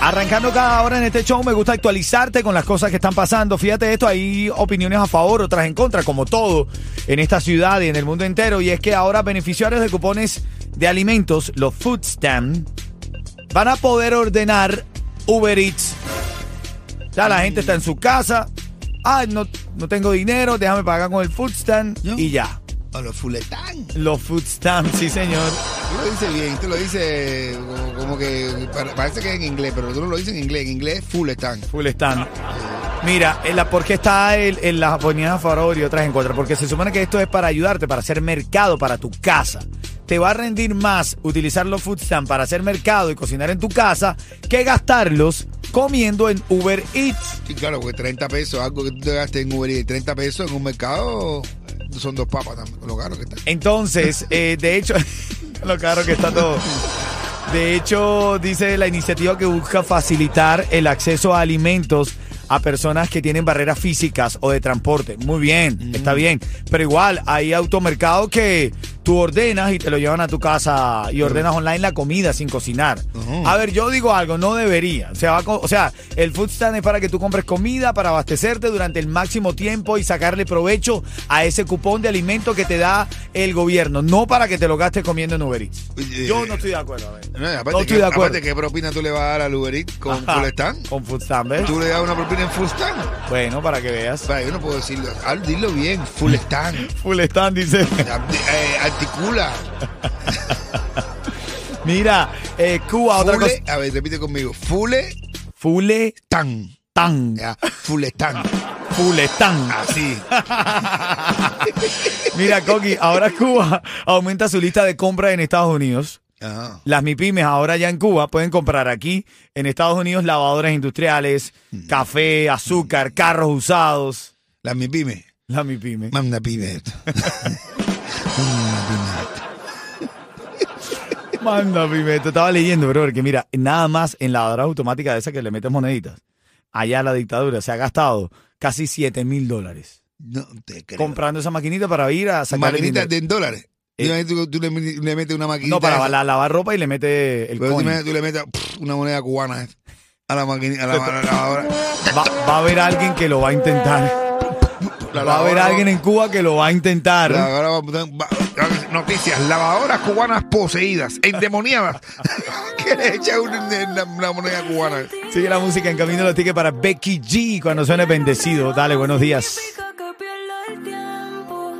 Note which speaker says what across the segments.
Speaker 1: Arrancando cada hora en este show, me gusta actualizarte con las cosas que están pasando. Fíjate esto, hay opiniones a favor, otras en contra, como todo en esta ciudad y en el mundo entero. Y es que ahora beneficiarios de cupones de alimentos, los food stamp, van a poder ordenar Uber Eats. Ya la gente está en su casa. Ah, no, no tengo dinero, déjame pagar con el food stamp
Speaker 2: ¿Yo?
Speaker 1: y ya.
Speaker 2: A los fuletán.
Speaker 1: Los food stamps, sí señor.
Speaker 2: Tú lo dices bien, tú lo dices como, como que pa- parece que es en inglés, pero tú no lo dices en inglés. En inglés es fuletán.
Speaker 1: Full stand. Mira, en la, ¿por qué está el, en las a favor y otras en contra? Porque se supone que esto es para ayudarte, para hacer mercado para tu casa. Te va a rendir más utilizar los food stamps para hacer mercado y cocinar en tu casa que gastarlos comiendo en Uber Eats.
Speaker 2: Sí, claro, porque 30 pesos, algo que tú te gastes en Uber y 30 pesos en un mercado son dos papas también, con lo caro que está.
Speaker 1: Entonces, eh, de hecho, lo caro que está todo. De hecho, dice la iniciativa que busca facilitar el acceso a alimentos a personas que tienen barreras físicas o de transporte. Muy bien, está bien. Pero igual, hay automercados que tú ordenas y te lo llevan a tu casa y ordenas online la comida sin cocinar.
Speaker 2: Ujú.
Speaker 1: A ver, yo digo algo, no debería. O sea, va co- o sea, el food stand es para que tú compres comida, para abastecerte durante el máximo tiempo y sacarle provecho a ese cupón de alimento que te da el gobierno, no para que te lo gastes comiendo en Uber Eats.
Speaker 2: Oye,
Speaker 1: Yo no estoy de acuerdo. A ver.
Speaker 2: No, y aparte
Speaker 1: No estoy
Speaker 2: que-
Speaker 1: de acuerdo.
Speaker 2: Aparte, ¿qué propina tú le vas a dar al Uber Eats con fuletán?
Speaker 1: Con food stand, ¿ves?
Speaker 2: Tú le das una propina en fuletán.
Speaker 1: Bueno, para que veas.
Speaker 2: O sea, yo no puedo decirlo. Ah, Dilo bien, fuletán.
Speaker 1: Full stand dice.
Speaker 2: Eh, articula.
Speaker 1: Mira, eh, Cuba, otra cosa.
Speaker 2: Fule, a ver, repite conmigo. Fuletán.
Speaker 1: Fuletán.
Speaker 2: Ya, fuletán.
Speaker 1: Fuletán.
Speaker 2: Así.
Speaker 1: Mira, Coqui, ahora Cuba aumenta su lista de compras en Estados Unidos.
Speaker 2: Ajá.
Speaker 1: Las MIPIMES ahora ya en Cuba pueden comprar aquí, en Estados Unidos, lavadoras industriales,
Speaker 2: Mm.
Speaker 1: café, azúcar, carros usados.
Speaker 2: La mi pyme.
Speaker 1: Las MIPIMES.
Speaker 2: Manda pyme.
Speaker 1: Manda pimento. Estaba leyendo, brother, que mira, nada más en lavadoras automáticas de esas que le metes moneditas, allá la dictadura se ha gastado casi 7 mil dólares
Speaker 2: No te creo.
Speaker 1: comprando esa maquinita para ir a sacar el dinero.
Speaker 2: Maquinitas de en dólares.
Speaker 1: Eh.
Speaker 2: Imagínate tú, tú le, le metes una maquinita.
Speaker 1: No, para
Speaker 2: esa.
Speaker 1: la- lavar ropa y le mete el
Speaker 2: Pero tú,
Speaker 1: coin.
Speaker 2: imagínate, tú le metes pff, una moneda cubana esa a la maquinita, a la, a la lavadora.
Speaker 1: Va, va a haber alguien que lo va a intentar.
Speaker 2: La
Speaker 1: Va a haber
Speaker 2: lavadora-
Speaker 1: alguien en Cuba que lo va a intentar.
Speaker 2: la lavadora va a botar- va- noticias, lavadoras cubanas poseídas, endemoniadas, que le echa una, una- una moneda cubana.
Speaker 1: Sigue la música en camino de los tickets para Becky G cuando suene bendecido. Dale, buenos días.
Speaker 3: Significa que pierdo el tiempo.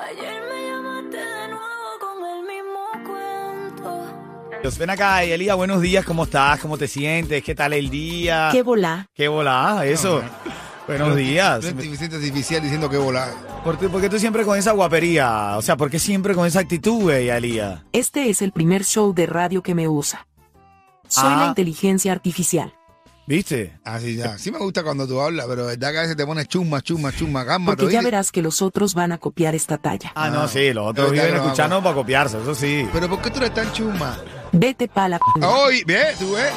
Speaker 3: Ayer me llamaste de nuevo con el mismo cuento.
Speaker 1: Dios, ven acá, Elías, buenos días, ¿cómo estás? ¿Cómo te sientes? ¿Qué tal el día?
Speaker 4: ¿Qué volá?
Speaker 1: ¿Qué volá? Eso. Buenos días.
Speaker 2: Una inteligencia artificial diciendo que volada.
Speaker 1: ¿Por, qué- por qué tú siempre con esa guapería? O sea, ¿por qué siempre con esa actitud, eh, Alía?
Speaker 4: Este es el primer show de radio que me usa. Soy
Speaker 1: Ah.
Speaker 4: la inteligencia artificial.
Speaker 1: ¿Viste?
Speaker 2: Así ya. Sí me gusta cuando tú hablas, pero verdad que a veces te pones chuma, chuma, chuma, gamba.
Speaker 4: Porque ya verás que los otros van a copiar esta talla.
Speaker 1: Ah, no,
Speaker 2: Ah,
Speaker 1: sí, los otros
Speaker 2: es verdad
Speaker 1: viven
Speaker 2: que no
Speaker 1: escuchando para copiarse, eso sí.
Speaker 2: Pero ¿por qué tú eres tan chuma?
Speaker 1: Ah.
Speaker 4: Vete pa' la p.
Speaker 1: Oh.
Speaker 2: Hoy, ¿ves? ¿Tú ves?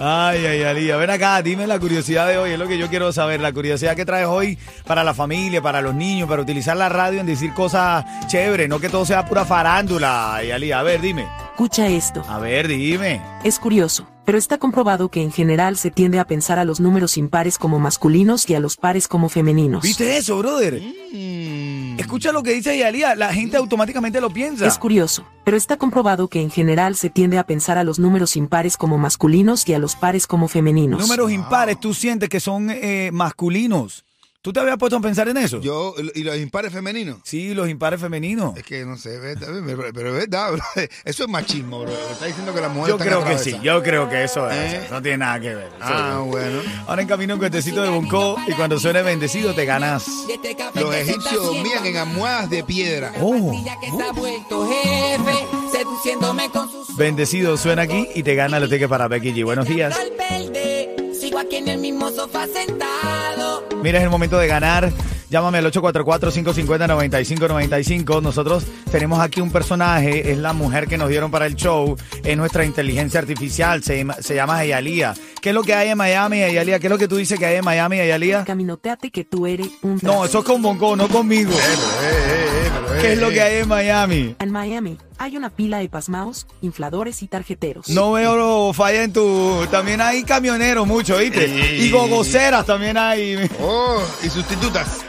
Speaker 1: Ay, ay, Alía, ven acá, dime la curiosidad de hoy, es lo que yo quiero saber, la curiosidad que traes hoy para la familia, para los niños, para utilizar la radio en decir cosas chéveres, no que todo sea pura farándula, ay, Alía, a ver, dime,
Speaker 4: Escucha esto.
Speaker 1: a ver, dime.
Speaker 4: Es curioso. pero está comprobado que en general se tiende a pensar a los números impares como masculinos y a los pares como femeninos.
Speaker 1: ¿Viste eso, brother?
Speaker 2: Mm.
Speaker 1: Escucha lo que dice Yalía, la gente automáticamente lo piensa.
Speaker 4: Es curioso, pero está comprobado que en general se tiende a pensar a los números impares como masculinos y a los pares como femeninos.
Speaker 1: Números impares tú sientes que son eh, masculinos. ¿Tú te habías puesto a pensar en eso?
Speaker 2: Yo, y los impares femeninos.
Speaker 1: Sí, los impares femeninos.
Speaker 2: Es que no sé, ¿verdad? pero, pero es verdad, bro. Eso es machismo, bro. Está diciendo que la mujer
Speaker 1: Yo
Speaker 2: está
Speaker 1: creo que
Speaker 2: cabeza.
Speaker 1: sí, yo creo que eso es.
Speaker 2: ¿Eh?
Speaker 1: No tiene nada que ver. eso
Speaker 2: Ah,
Speaker 1: es.
Speaker 2: bueno.
Speaker 1: Ahora en camino un cuentecito de Bonco y cuando suene bendecido te ganas.
Speaker 2: Los egipcios dormían en almohadas de piedra.
Speaker 1: Oh,
Speaker 5: Ya que está vuelto jefe, seduciéndome con sus
Speaker 1: bendecido suena aquí y te gana los tickets para Becky G. Buenos días.
Speaker 5: al verde. Sigo aquí en el mismo sofá sentado.
Speaker 1: Mira, es el momento de ganar. Llámame al 844-550-9595. Nosotros tenemos aquí un personaje, es la mujer que nos dieron para el show, es nuestra inteligencia artificial, se, llama- se llama Ayalía. ¿Qué es lo que hay en Miami, Ayalía? ¿Qué es lo que tú dices que hay en Miami, Ayalía?
Speaker 4: Caminoteate que tú eres un...
Speaker 1: No, eso es con Bongo, no conmigo.
Speaker 2: Eh,
Speaker 1: ¿Qué es lo que hay en Miami?
Speaker 4: En Miami, hay una pila de pasmaos, infladores y tarjeteros.
Speaker 1: No veo falla en tu... También hay camioneros mucho, ¿viste? Y gogoceras también hay.
Speaker 2: Oh, y sustitutas.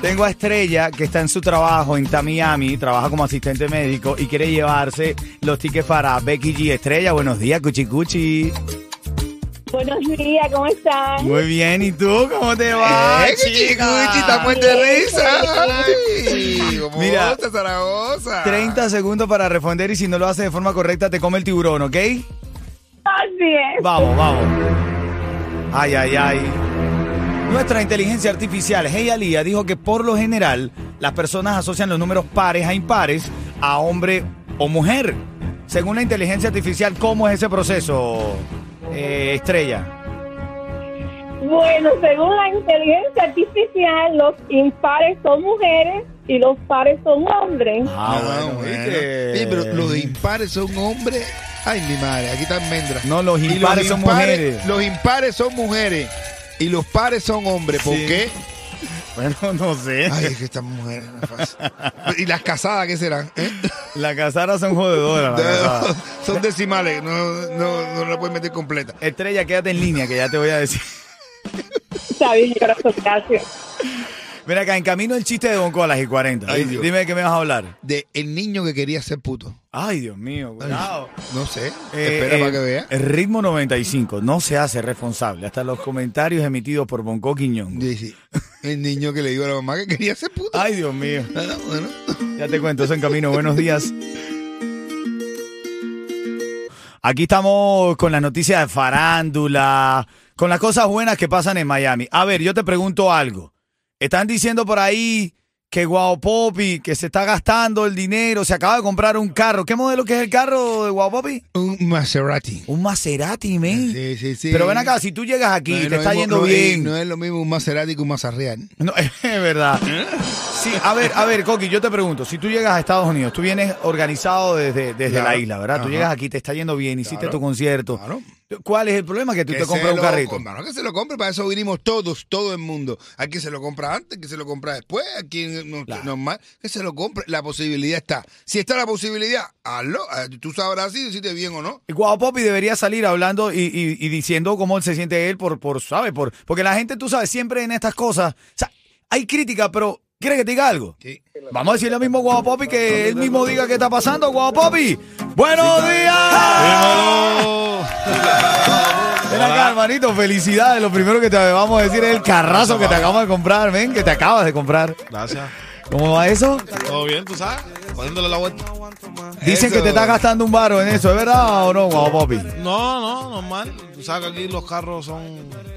Speaker 1: Tengo a Estrella que está en su trabajo en Tamiami, trabaja como asistente médico y quiere llevarse los tickets para Becky G. Estrella, buenos días, Cuchicuchi.
Speaker 6: Buenos días, ¿cómo están?
Speaker 1: Muy bien, ¿y tú cómo te va?
Speaker 2: ¡Eh,
Speaker 1: chica?
Speaker 2: Cuchicuchi, estamos de risa! ¡Ay! como
Speaker 1: Mira.
Speaker 2: vos, Zaragoza!
Speaker 1: 30 segundos para responder y si no lo haces de forma correcta te come el tiburón, ¿ok?
Speaker 6: Así es.
Speaker 1: Vamos, vamos. Ay, ay, ay. Nuestra inteligencia artificial, Hey Alía, dijo que por lo general las personas asocian los números pares a impares a hombre o mujer. Según la inteligencia artificial, ¿cómo es ese proceso, eh, Estrella?
Speaker 6: Bueno, según la inteligencia artificial, los impares son mujeres y los pares son hombres.
Speaker 1: Ah,
Speaker 2: ¿viste? Sí, pero los impares son hombres. Ay, mi madre, aquí está almendra.
Speaker 1: No, los
Speaker 2: Y
Speaker 1: impares son
Speaker 2: impares-
Speaker 1: mujeres.
Speaker 2: Los impares son mujeres y los pares son hombres. ¿Por
Speaker 1: Sí.
Speaker 2: qué?
Speaker 1: Bueno, no sé.
Speaker 2: Ay, es que estas mujeres. no es fácil. ¿Y las casadas qué serán? ¿Eh?
Speaker 1: Las casaras son jodedoras. la casada.
Speaker 2: Son decimales, no, no, no la pueden meter completa.
Speaker 1: Estrella, quédate en línea, que ya te voy a decir.
Speaker 6: Sabes, mi corazón, gracias.
Speaker 1: Mira acá, en camino el chiste de Bonco a las y 40.
Speaker 2: Ay, Dios.
Speaker 1: Dime de qué me vas a hablar.
Speaker 2: De el niño que quería ser puto.
Speaker 1: Ay, Dios mío,
Speaker 2: Ay,
Speaker 1: cuidado.
Speaker 2: No sé.
Speaker 1: Eh,
Speaker 2: Espera
Speaker 1: eh,
Speaker 2: para que vea.
Speaker 1: el Ritmo 95 no se hace responsable. Hasta los comentarios emitidos por Bonco Quiñón.
Speaker 2: Dice, El niño que le dijo a la mamá que quería ser puto.
Speaker 1: Ay, Dios mío.
Speaker 2: Ah, bueno.
Speaker 1: Ya te cuento, eso en camino. Buenos días. Aquí estamos con las noticias de farándula, con las cosas buenas que pasan en Miami. A ver, yo te pregunto algo. Están diciendo por ahí que Guau Popi, que se está gastando el dinero, se acaba de comprar un carro. ¿Qué modelo que es el carro de Guau Popi?
Speaker 2: Un Maserati.
Speaker 1: Un Maserati, men.
Speaker 2: Sí, sí, sí.
Speaker 1: Pero ven acá, si tú llegas aquí,
Speaker 2: No
Speaker 1: te
Speaker 2: es lo
Speaker 1: está
Speaker 2: mismo-
Speaker 1: yendo
Speaker 2: no es-
Speaker 1: bien.
Speaker 2: no es lo mismo un Maserati que un Mazarreal.
Speaker 1: No, es verdad.
Speaker 2: ¿Eh?
Speaker 1: Sí, a ver, a ver, Coqui, yo te pregunto, si tú llegas a Estados Unidos, tú vienes organizado desde, desde
Speaker 2: Claro.
Speaker 1: la isla, ¿verdad? Tú
Speaker 2: Ajá.
Speaker 1: llegas aquí, te está yendo bien, hiciste
Speaker 2: Claro.
Speaker 1: tu concierto.
Speaker 2: Claro.
Speaker 1: ¿Cuál es el problema? Que tú te compras un carrito.
Speaker 2: Hermano, que se lo compre, para eso vinimos todos, todo el mundo. Al que se lo compra antes, al que se lo compra después, a quien no-
Speaker 1: Claro.
Speaker 2: normal, que se lo compre. La posibilidad está. Si está la posibilidad, hazlo. Ah, Tú sabrás si hiciste bien o no.
Speaker 1: Y Guau Popi debería salir hablando y, y- y diciendo cómo se siente él por, por ¿sabes? Por, porque la gente, tú sabes, siempre en estas cosas, o sea, hay crítica, pero ¿quieres que te diga algo? Vamos a decir lo mismo a Guau Popi que él mismo diga qué está pasando, Guau Popi. ¡Buenos días!
Speaker 7: Oh.
Speaker 1: Ven acá, hermanito, felicidades. Lo primero que te vamos a decir es el carrazo que te acabamos de comprar, ven, que te acabas de comprar.
Speaker 7: Gracias.
Speaker 1: ¿Cómo va eso?
Speaker 7: Todo bien, tú sabes. Poniéndole la vuelta.
Speaker 1: Dicen que te estás gastando un varo en eso, ¿es verdad o no, Guau Popi?
Speaker 7: No, no, normal. Tú sabes que aquí los carros son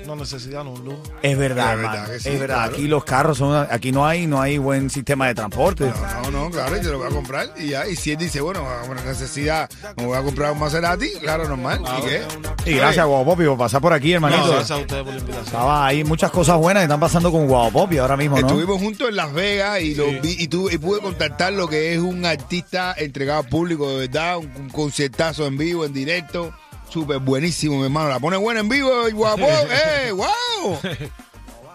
Speaker 7: una necesidad, no un lujo.
Speaker 1: Es verdad,
Speaker 2: Es verdad
Speaker 1: hermano,
Speaker 2: que sí,
Speaker 1: es verdad.
Speaker 2: claro.
Speaker 1: Aquí los carros son, aquí no hay, no hay buen sistema de transporte.
Speaker 2: No, no, claro, y te lo voy a comprar. Y ya, y si él dice, bueno, a una necesidad, me voy a comprar un Maserati, claro, normal. ¿Y qué?
Speaker 1: Y gracias, Guau Popi, por pasar por aquí,
Speaker 7: No,
Speaker 1: hermanito.
Speaker 7: gracias a ustedes por la invitación.
Speaker 1: Estaba ahí muchas cosas buenas que están pasando con Guau Popi ahora mismo, ¿no?
Speaker 2: Estuvimos juntos en Las Vegas y, lo vi- y, tuve- y pude contactar lo que es un artista entregado al público, de verdad, un, un conciertazo en vivo, en directo. Súper buenísimo, mi hermano. La pone buena en vivo, el guapo. ¡Eh, wow!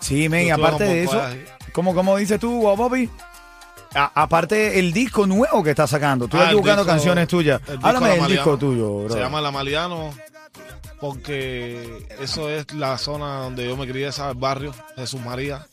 Speaker 1: Sí, men, y
Speaker 7: Yo estuve
Speaker 1: aparte
Speaker 7: con
Speaker 1: de eso,
Speaker 7: Bonco ahí.
Speaker 1: ¿cómo, cómo dices tú, Guau Popi? a- aparte el disco nuevo que estás sacando. Tú
Speaker 7: Ah,
Speaker 1: estás
Speaker 7: el
Speaker 1: buscando
Speaker 7: disco-
Speaker 1: canciones tuyas.
Speaker 7: el disco
Speaker 1: Háblame
Speaker 7: La
Speaker 1: del disco
Speaker 7: Maliana.
Speaker 1: tuyo, bro.
Speaker 7: Se llama La Maliano porque eso es la zona donde yo me crié, ¿sabes? El barrio, Jesús María.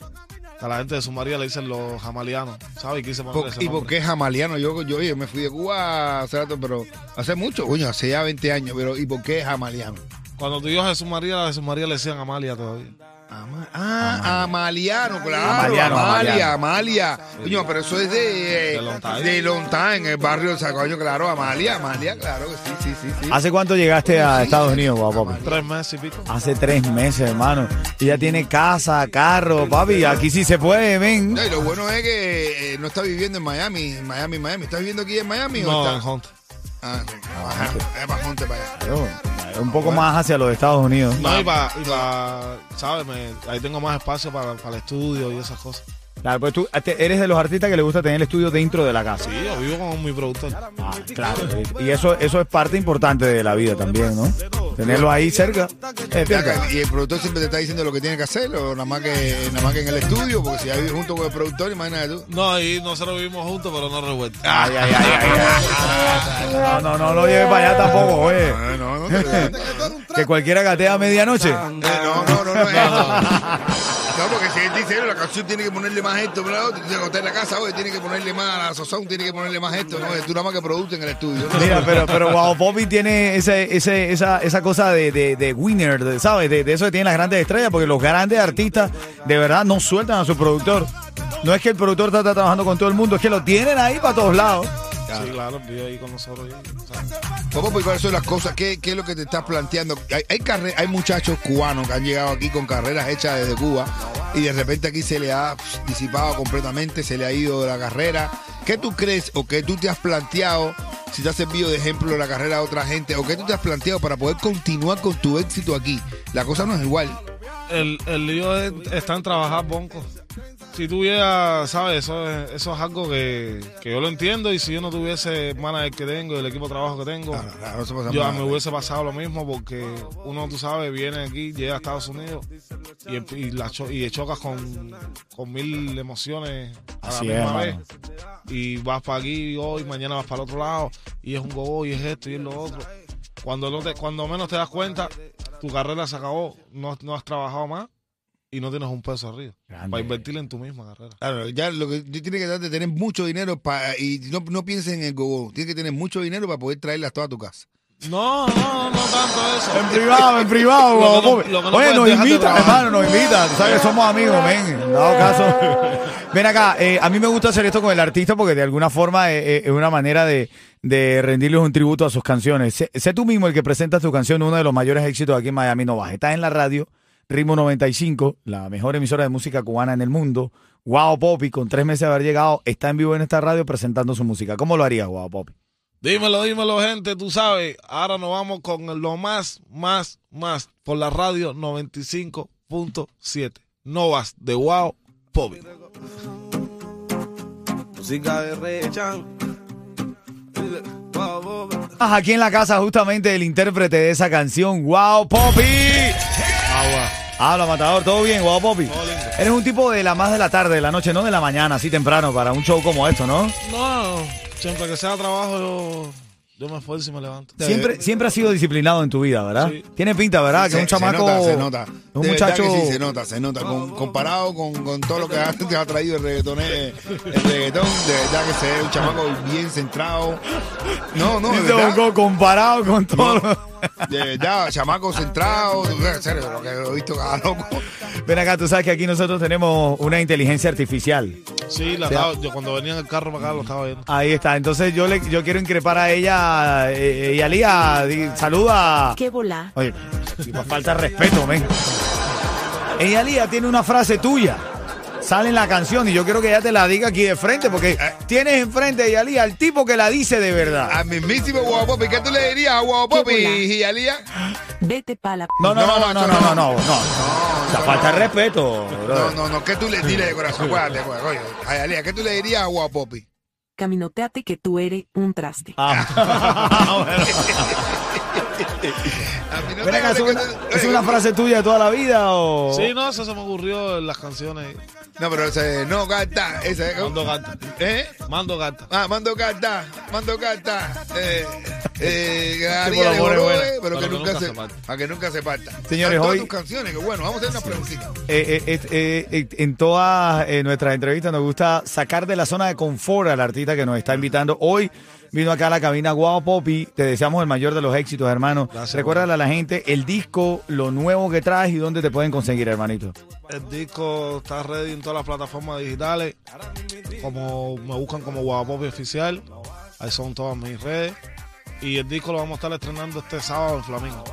Speaker 7: A la gente de Jesús María le dicen los jamalianos, ¿sabes? Y quise poner
Speaker 2: Por-
Speaker 7: ese
Speaker 2: ¿Y por
Speaker 7: nombre.
Speaker 2: qué jamaliano? Yo, yo, oye, me fui de Cuba hace rato, pero hace mucho, coño, hace ya 20 años, pero ¿y por qué jamaliano?
Speaker 7: Cuando tú y yo Jesús María, a Jesús María le decían Amalia todavía.
Speaker 2: Ama- ah, Amaliano, claro.
Speaker 1: Amaliano,
Speaker 2: Amalia, Amalia. Coño, pero eso es de,
Speaker 7: De Lontán.
Speaker 2: de Lontán, en el barrio de Sacoño, claro. Amalia, Amalia, claro que sí, sí, sí. sí.
Speaker 1: ¿Hace cuánto llegaste a Estados Unidos, papá, papi?
Speaker 7: Tres meses y pico.
Speaker 1: Hace tres meses, hermano. Y ya tiene casa, carro, papi. Aquí sí se puede, ven.
Speaker 2: No, y lo bueno es que eh, no está viviendo en Miami, en Miami, Miami. ¿Estás viviendo aquí en Miami o
Speaker 7: No, en
Speaker 2: está?
Speaker 7: Honte.
Speaker 2: Ah, sí. Ajá, es bajonte para allá.
Speaker 1: Yo, Un poco más hacia los Estados Unidos.
Speaker 7: No, y para, ¿sabes? Me- ahí tengo más espacio para, para el estudio y esas cosas.
Speaker 1: Claro, pues tú te- eres de los artistas que le gusta tener el estudio dentro de la casa.
Speaker 7: Sí, yo vivo con mi productor.
Speaker 1: Ah, claro. Y eso, eso es parte importante de la vida también, ¿no? Tenerlo ahí cerca. Eh,
Speaker 7: Este,
Speaker 2: Ven
Speaker 1: cerca.
Speaker 2: acá, Y el productor siempre te está diciendo lo que tiene que hacer, o nada más que, nada más que en el estudio, porque si ya vives junto con el productor, imagínate tú.
Speaker 7: No, ahí nosotros vivimos juntos, pero no revueltos.
Speaker 1: Ay, ay, ay, ay, ay. No, no, no lo lleves para allá tampoco, oye.
Speaker 2: No, Ah, no, no, no, no,
Speaker 1: Que cualquiera gatea a medianoche.
Speaker 2: no, no, no, no, no. No, porque si él dice, "Bueno, la canción tiene que ponerle más esto, pero tiene que en la casa, oye, tiene que ponerle más a la sazón, tiene que ponerle más esto, no, tú nada más que produces en el estudio. ¿no?
Speaker 1: Mira, pero, pero Guau Poppy tiene ese, ese, esa, esa cosa de, de, de winner, de- ¿sabes? De, de eso que tienen las grandes estrellas, porque los grandes artistas de verdad no sueltan a su productor. No es que el productor está, está trabajando con todo el mundo, es que lo tienen ahí para todos lados.
Speaker 7: Sí, claro, vive ahí con nosotros. y, ¿sabes?
Speaker 2: Vamos por eso de las cosas. ¿Qué, qué es lo que te estás planteando? Hay, hay, carre- hay muchachos cubanos que han llegado aquí con carreras hechas desde Cuba y de repente aquí se le ha pf, disipado completamente, se le ha ido de la carrera. ¿Qué tú crees o qué tú te has planteado? Si te ha servido de ejemplo la carrera de otra gente, o qué tú te has planteado para poder continuar con tu éxito aquí. La cosa no es igual.
Speaker 7: El, el lío es- está en trabajar bonco. Si tuviera, ¿sabes? Eso es, eso es algo que, que yo lo entiendo. Y si yo no tuviese el manager que tengo, el equipo de trabajo que tengo,
Speaker 2: Claro, claro, no se pasa
Speaker 7: yo
Speaker 2: nada.
Speaker 7: me hubiese pasado lo mismo porque uno, tú sabes, viene aquí, llega a Estados Unidos y, y, la cho- y chocas con, con mil emociones a
Speaker 1: Así
Speaker 7: la
Speaker 1: es,
Speaker 7: misma vez.
Speaker 1: hermano.
Speaker 7: Y vas para aquí hoy, mañana vas para el otro lado, y es un gobo, y es esto, y es lo otro. Cuando, no te- cuando menos te das cuenta, tu carrera se acabó, no, no has trabajado más y no tienes un peso arriba
Speaker 1: Grande.
Speaker 7: para invertir en tu misma carrera.
Speaker 2: Claro, ya lo que tú tienes que dar de tener mucho dinero para, y no, no pienses en el gogo. Tienes que tener mucho dinero para poder traerlas todas a tu casa.
Speaker 7: No, no, no, no tanto eso.
Speaker 1: En privado, en privado,
Speaker 7: Lo que
Speaker 1: Guau
Speaker 7: no-
Speaker 1: Poppy.
Speaker 7: lo que no
Speaker 1: Oye,
Speaker 7: puedes
Speaker 1: nos
Speaker 7: dejar de
Speaker 1: invitan,
Speaker 7: trabajar.
Speaker 1: hermano, nos invitan. Tú sabes que somos amigos, ven. en dado caso. Ven acá, eh, a mí me gusta hacer esto con el artista porque de alguna forma eh, eh, es, una manera de, de rendirles un tributo a sus canciones. Sé, sé tú mismo el que presentas tu canción, uno de los mayores éxitos aquí en Miami Nova. Estás en la radio, Ritmo 95, la mejor emisora de música cubana en el mundo. Wow Poppy, con tres meses de haber llegado, está en vivo en esta radio presentando su música. ¿Cómo lo harías, Wow Poppy?
Speaker 7: Dímelo, dímelo, gente, tú sabes. Ahora nos vamos con lo más, más, más por la radio 95.7. Novas de Wow Pobi.
Speaker 8: Música de Rey Chan. El- Wow, wow.
Speaker 1: Ah, Aquí en la casa justamente el intérprete de esa canción, Wow Poppy. Habla Matador, todo bien, Wow Poppy. Eres un tipo de la más de la tarde, de la noche, no de la mañana, así temprano, para un show como esto, ¿no?
Speaker 7: No, siempre que sea trabajo, yo, yo me esfuerzo y me levanto.
Speaker 1: Siempre, siempre has sido disciplinado en tu vida, ¿verdad?
Speaker 7: Sí.
Speaker 1: Tiene pinta, ¿verdad? Ah, que
Speaker 2: Se-
Speaker 1: un chamaco.
Speaker 2: Se nota, se nota.
Speaker 1: Un
Speaker 2: De verdad
Speaker 1: muchacho.
Speaker 2: que sí, se nota, se nota. Con- comparado con, con todo lo que ha, que ha traído el reggaetón, eh, el reggaetón, de verdad que se ve un chamaco bien centrado. No, no, de
Speaker 1: Dice
Speaker 2: verdad.
Speaker 1: Bongo, comparado con todo. lo-
Speaker 2: De verdad, chamaco centrado. En serio, lo que he visto cada loco.
Speaker 1: Ven acá, tú sabes que aquí nosotros tenemos una inteligencia artificial.
Speaker 7: Sí, la estaba- yo cuando venía en el carro para acá lo estaba viendo.
Speaker 1: Ahí está, entonces yo le, yo quiero increpar a ella, eh, eh, Yalía, di- saluda.
Speaker 4: ¿Qué volá?
Speaker 1: Oye, tipo, falta de respeto, men. Ella Lía tiene una frase tuya. Sale en la canción y yo quiero que ella te la diga aquí de frente porque eh, tienes enfrente de Yalía al tipo que la dice de verdad.
Speaker 2: Al mismísimo Guapopi. ¿Qué tú le dirías a Guapopi
Speaker 4: Qué bola.
Speaker 2: y Alía?
Speaker 4: Vete pa' la...
Speaker 1: No, no, no, no,
Speaker 2: no,
Speaker 1: no, no, no, no. no. O sea, falta de respeto.
Speaker 2: No,
Speaker 1: brother.
Speaker 2: no, no. ¿Qué tú le dirías de corazón? Acuérdate, acuérdate, oye, a Alía, ¿qué tú le dirías a Guapopi?
Speaker 4: Caminoteate que tú eres un traste.
Speaker 1: Ah, bueno. Ven acá, ¿es una, es una frase tuya de toda la vida o...?
Speaker 7: Sí, no, eso se me ocurrió en las canciones.
Speaker 2: No, pero ese no gata, ese
Speaker 7: Mando gata.
Speaker 2: ¿Eh?
Speaker 7: Mando gata.
Speaker 2: Ah, mando carta, mando carta. Eh, eh,
Speaker 7: Sí,
Speaker 2: María
Speaker 7: por
Speaker 2: de
Speaker 7: amor,
Speaker 2: Godoy,
Speaker 7: buena,
Speaker 2: pero, que, nunca se, a que nunca se parta.
Speaker 1: Señores,
Speaker 2: Están todas
Speaker 1: hoy-
Speaker 2: tus canciones, que bueno, vamos a hacer una preguntita.
Speaker 1: Eh, eh, eh, eh, en todas eh, nuestras entrevistas nos gusta sacar de la zona de confort al artista que nos está invitando. Hoy vino acá a la cabina Guau Popi. Te deseamos el mayor de los éxitos, hermano.
Speaker 7: Gracias,
Speaker 1: Recuérdale a la gente el disco, lo nuevo que traes y dónde te pueden conseguir, hermanito.
Speaker 7: El disco está ready en todas las plataformas digitales. Como me buscan como Guapopi Oficial. Ahí son todas mis redes. Y el disco lo vamos a estar estrenando este sábado en Flamingo.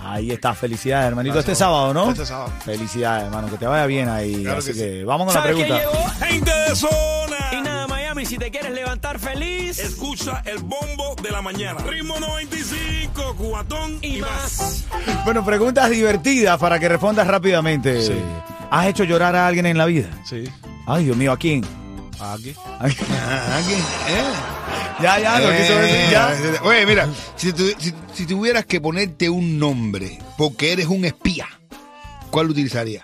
Speaker 1: Ahí está, felicidades, hermanito.
Speaker 7: Gracias,
Speaker 1: este sábado, ¿no?
Speaker 7: Este sábado.
Speaker 1: Felicidades, hermano, que te vaya bien ahí.
Speaker 2: Claro
Speaker 1: Así
Speaker 2: que
Speaker 1: que,
Speaker 2: sí.
Speaker 1: vamos con la
Speaker 8: ¿Sabes
Speaker 1: pregunta.
Speaker 8: quién llegó?
Speaker 9: Gente de zona, Y nada, Miami, si te quieres levantar feliz
Speaker 8: escucha el bombo de la mañana.
Speaker 9: Ritmo 95, cuatón y,
Speaker 8: Y
Speaker 9: más.
Speaker 8: más.
Speaker 1: Bueno, preguntas divertidas para que respondas rápidamente.
Speaker 7: Sí.
Speaker 1: ¿Has hecho llorar a alguien en la vida?
Speaker 7: Sí.
Speaker 1: Ay, Dios mío, ¿a quién?
Speaker 7: Aquí.
Speaker 1: Ay,
Speaker 2: Ah, ¿qué? ¿Eh?
Speaker 1: ya, ya, lo quiso decir ya.
Speaker 2: Eh, Oye, mira, si, tu- si- si tuvieras que ponerte un nombre porque eres un espía, ¿cuál utilizarías?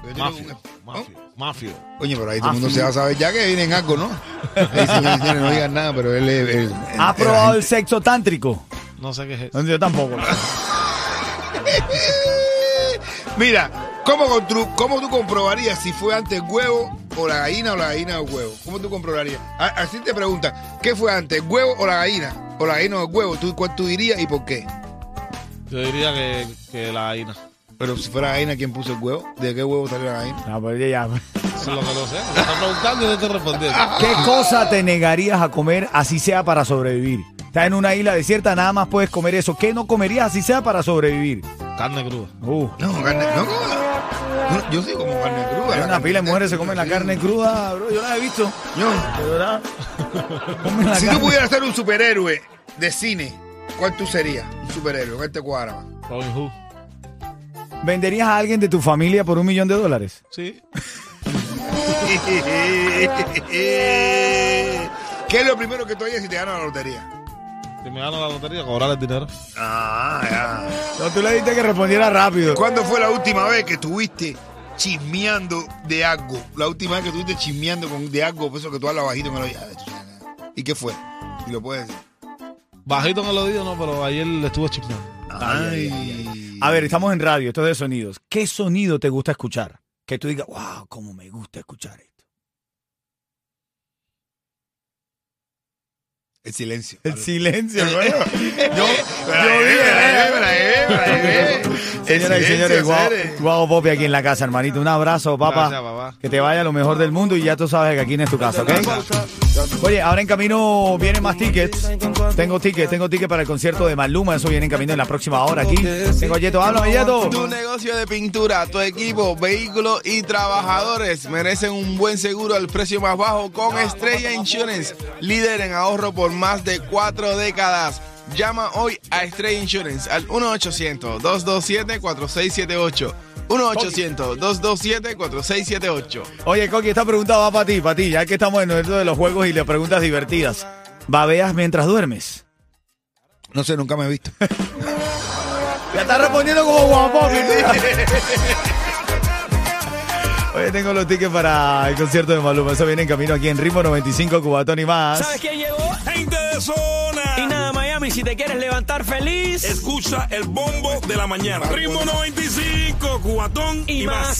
Speaker 2: Porque yo
Speaker 7: Mafio.
Speaker 2: tengo un esp-
Speaker 7: Mafio. Mafio.
Speaker 2: Oye, pero ahí todo el mundo se va a saber ya que vienen algo, ¿no? Dicen, señores, no digan nada, pero él es. él-
Speaker 1: ¿Has
Speaker 2: él-
Speaker 1: probado el sexo tántrico?
Speaker 7: No sé qué es eso.
Speaker 1: eh, No, Yo tampoco.
Speaker 2: Mira, ¿cómo, contru- ¿cómo tú comprobarías si fue antes el huevo o la gallina o la gallina o el huevo? ¿Cómo tú comprobarías? A- Así te preguntan, ¿qué fue antes, el huevo o la gallina? ¿O la gallina o el huevo? ¿Tú, ¿Cuál tú dirías y por qué?
Speaker 7: Yo diría que, que la Aina.
Speaker 2: Pero si fuera la gallina, ¿quién puso el huevo? ¿De qué huevo salió la gallina?
Speaker 1: No, pues ya, ya.
Speaker 7: Eso es lo que no sé. Me está preguntando y no te respondí.
Speaker 1: ¿Qué cosa te negarías a comer así sea para sobrevivir? Estás en una isla desierta, nada más puedes comer eso. ¿Qué no comerías así sea para sobrevivir?
Speaker 7: Carne cruda.
Speaker 1: Uh,
Speaker 2: No, carne, no, no, yo soy como carne cruda.
Speaker 1: hay
Speaker 2: la
Speaker 1: una
Speaker 2: carne-
Speaker 1: pila de mujeres que se comen la carne cruda, bro. Yo la he visto.
Speaker 2: Yo,
Speaker 1: De verdad. Comen la
Speaker 2: si tú
Speaker 1: carne.
Speaker 2: pudieras ser un superhéroe de cine, ¿cuál tú serías? Un superhéroe, este ¿cuál te cuadra? más?
Speaker 7: Robin Hood.
Speaker 1: ¿Venderías a alguien de tu familia por un millón de dólares?
Speaker 7: Sí.
Speaker 2: ¿Qué es lo primero que tú harías si te ganas la lotería?
Speaker 7: Si me gano la lotería, cobrar el dinero.
Speaker 2: Ah,
Speaker 1: No, tú le dijiste que respondiera rápido.
Speaker 2: ¿Cuándo fue la última vez que estuviste chismeando de algo? La última vez que estuviste chismeando con, de algo, por eso que tú hablas bajito me lo Ah, ¿Y qué fue? Y lo puedes decir.
Speaker 7: Bajito me lo digo, no, pero ayer le estuve chismeando.
Speaker 2: Ay,
Speaker 1: A ver, estamos en radio, esto es de sonidos. ¿Qué sonido te gusta escuchar? Que tú digas, wow, cómo me gusta escuchar esto.
Speaker 2: El silencio.
Speaker 1: El silencio,
Speaker 2: Yo, eh,
Speaker 1: Señoras y señores, guau, guau, Popi aquí en la casa, hermanito. Un abrazo, papá.
Speaker 7: Gracias, papá.
Speaker 1: Que te vaya lo mejor del mundo y ya tú sabes que aquí no es tu casa, ¿ok? Oye, ahora en camino vienen más tickets. Tengo tickets, tengo tickets para el concierto de Maluma. Eso viene en camino en la próxima hora aquí. Tengo Yeto, háblame, Yeto.
Speaker 8: Tu negocio de pintura, tu equipo, vehículos y trabajadores merecen un buen seguro al precio más bajo con Estrella Insurance, líder en ahorro por más de cuatro décadas. Llama hoy a Estrella Insurance al 1-800-227-4678. 1-800-227-4678.
Speaker 1: Oye, Coqui, esta pregunta va para ti, para ti, ya que estamos en esto de los juegos y las preguntas divertidas. ¿Babeas mientras duermes?
Speaker 2: No sé, nunca me he visto.
Speaker 1: Ya está respondiendo como guapo, mi tía. Oye, tengo los tickets para el concierto de Maluma. Eso viene en camino aquí en Ritmo 95, Cubatón y
Speaker 9: ¿Sabes
Speaker 1: más.
Speaker 9: quién llegó?
Speaker 8: Gente de zona.
Speaker 9: Y nada, Miami, si te quieres levantar feliz
Speaker 8: Escucha el bombo de la mañana. Ritmo 95, cuatón
Speaker 9: y más.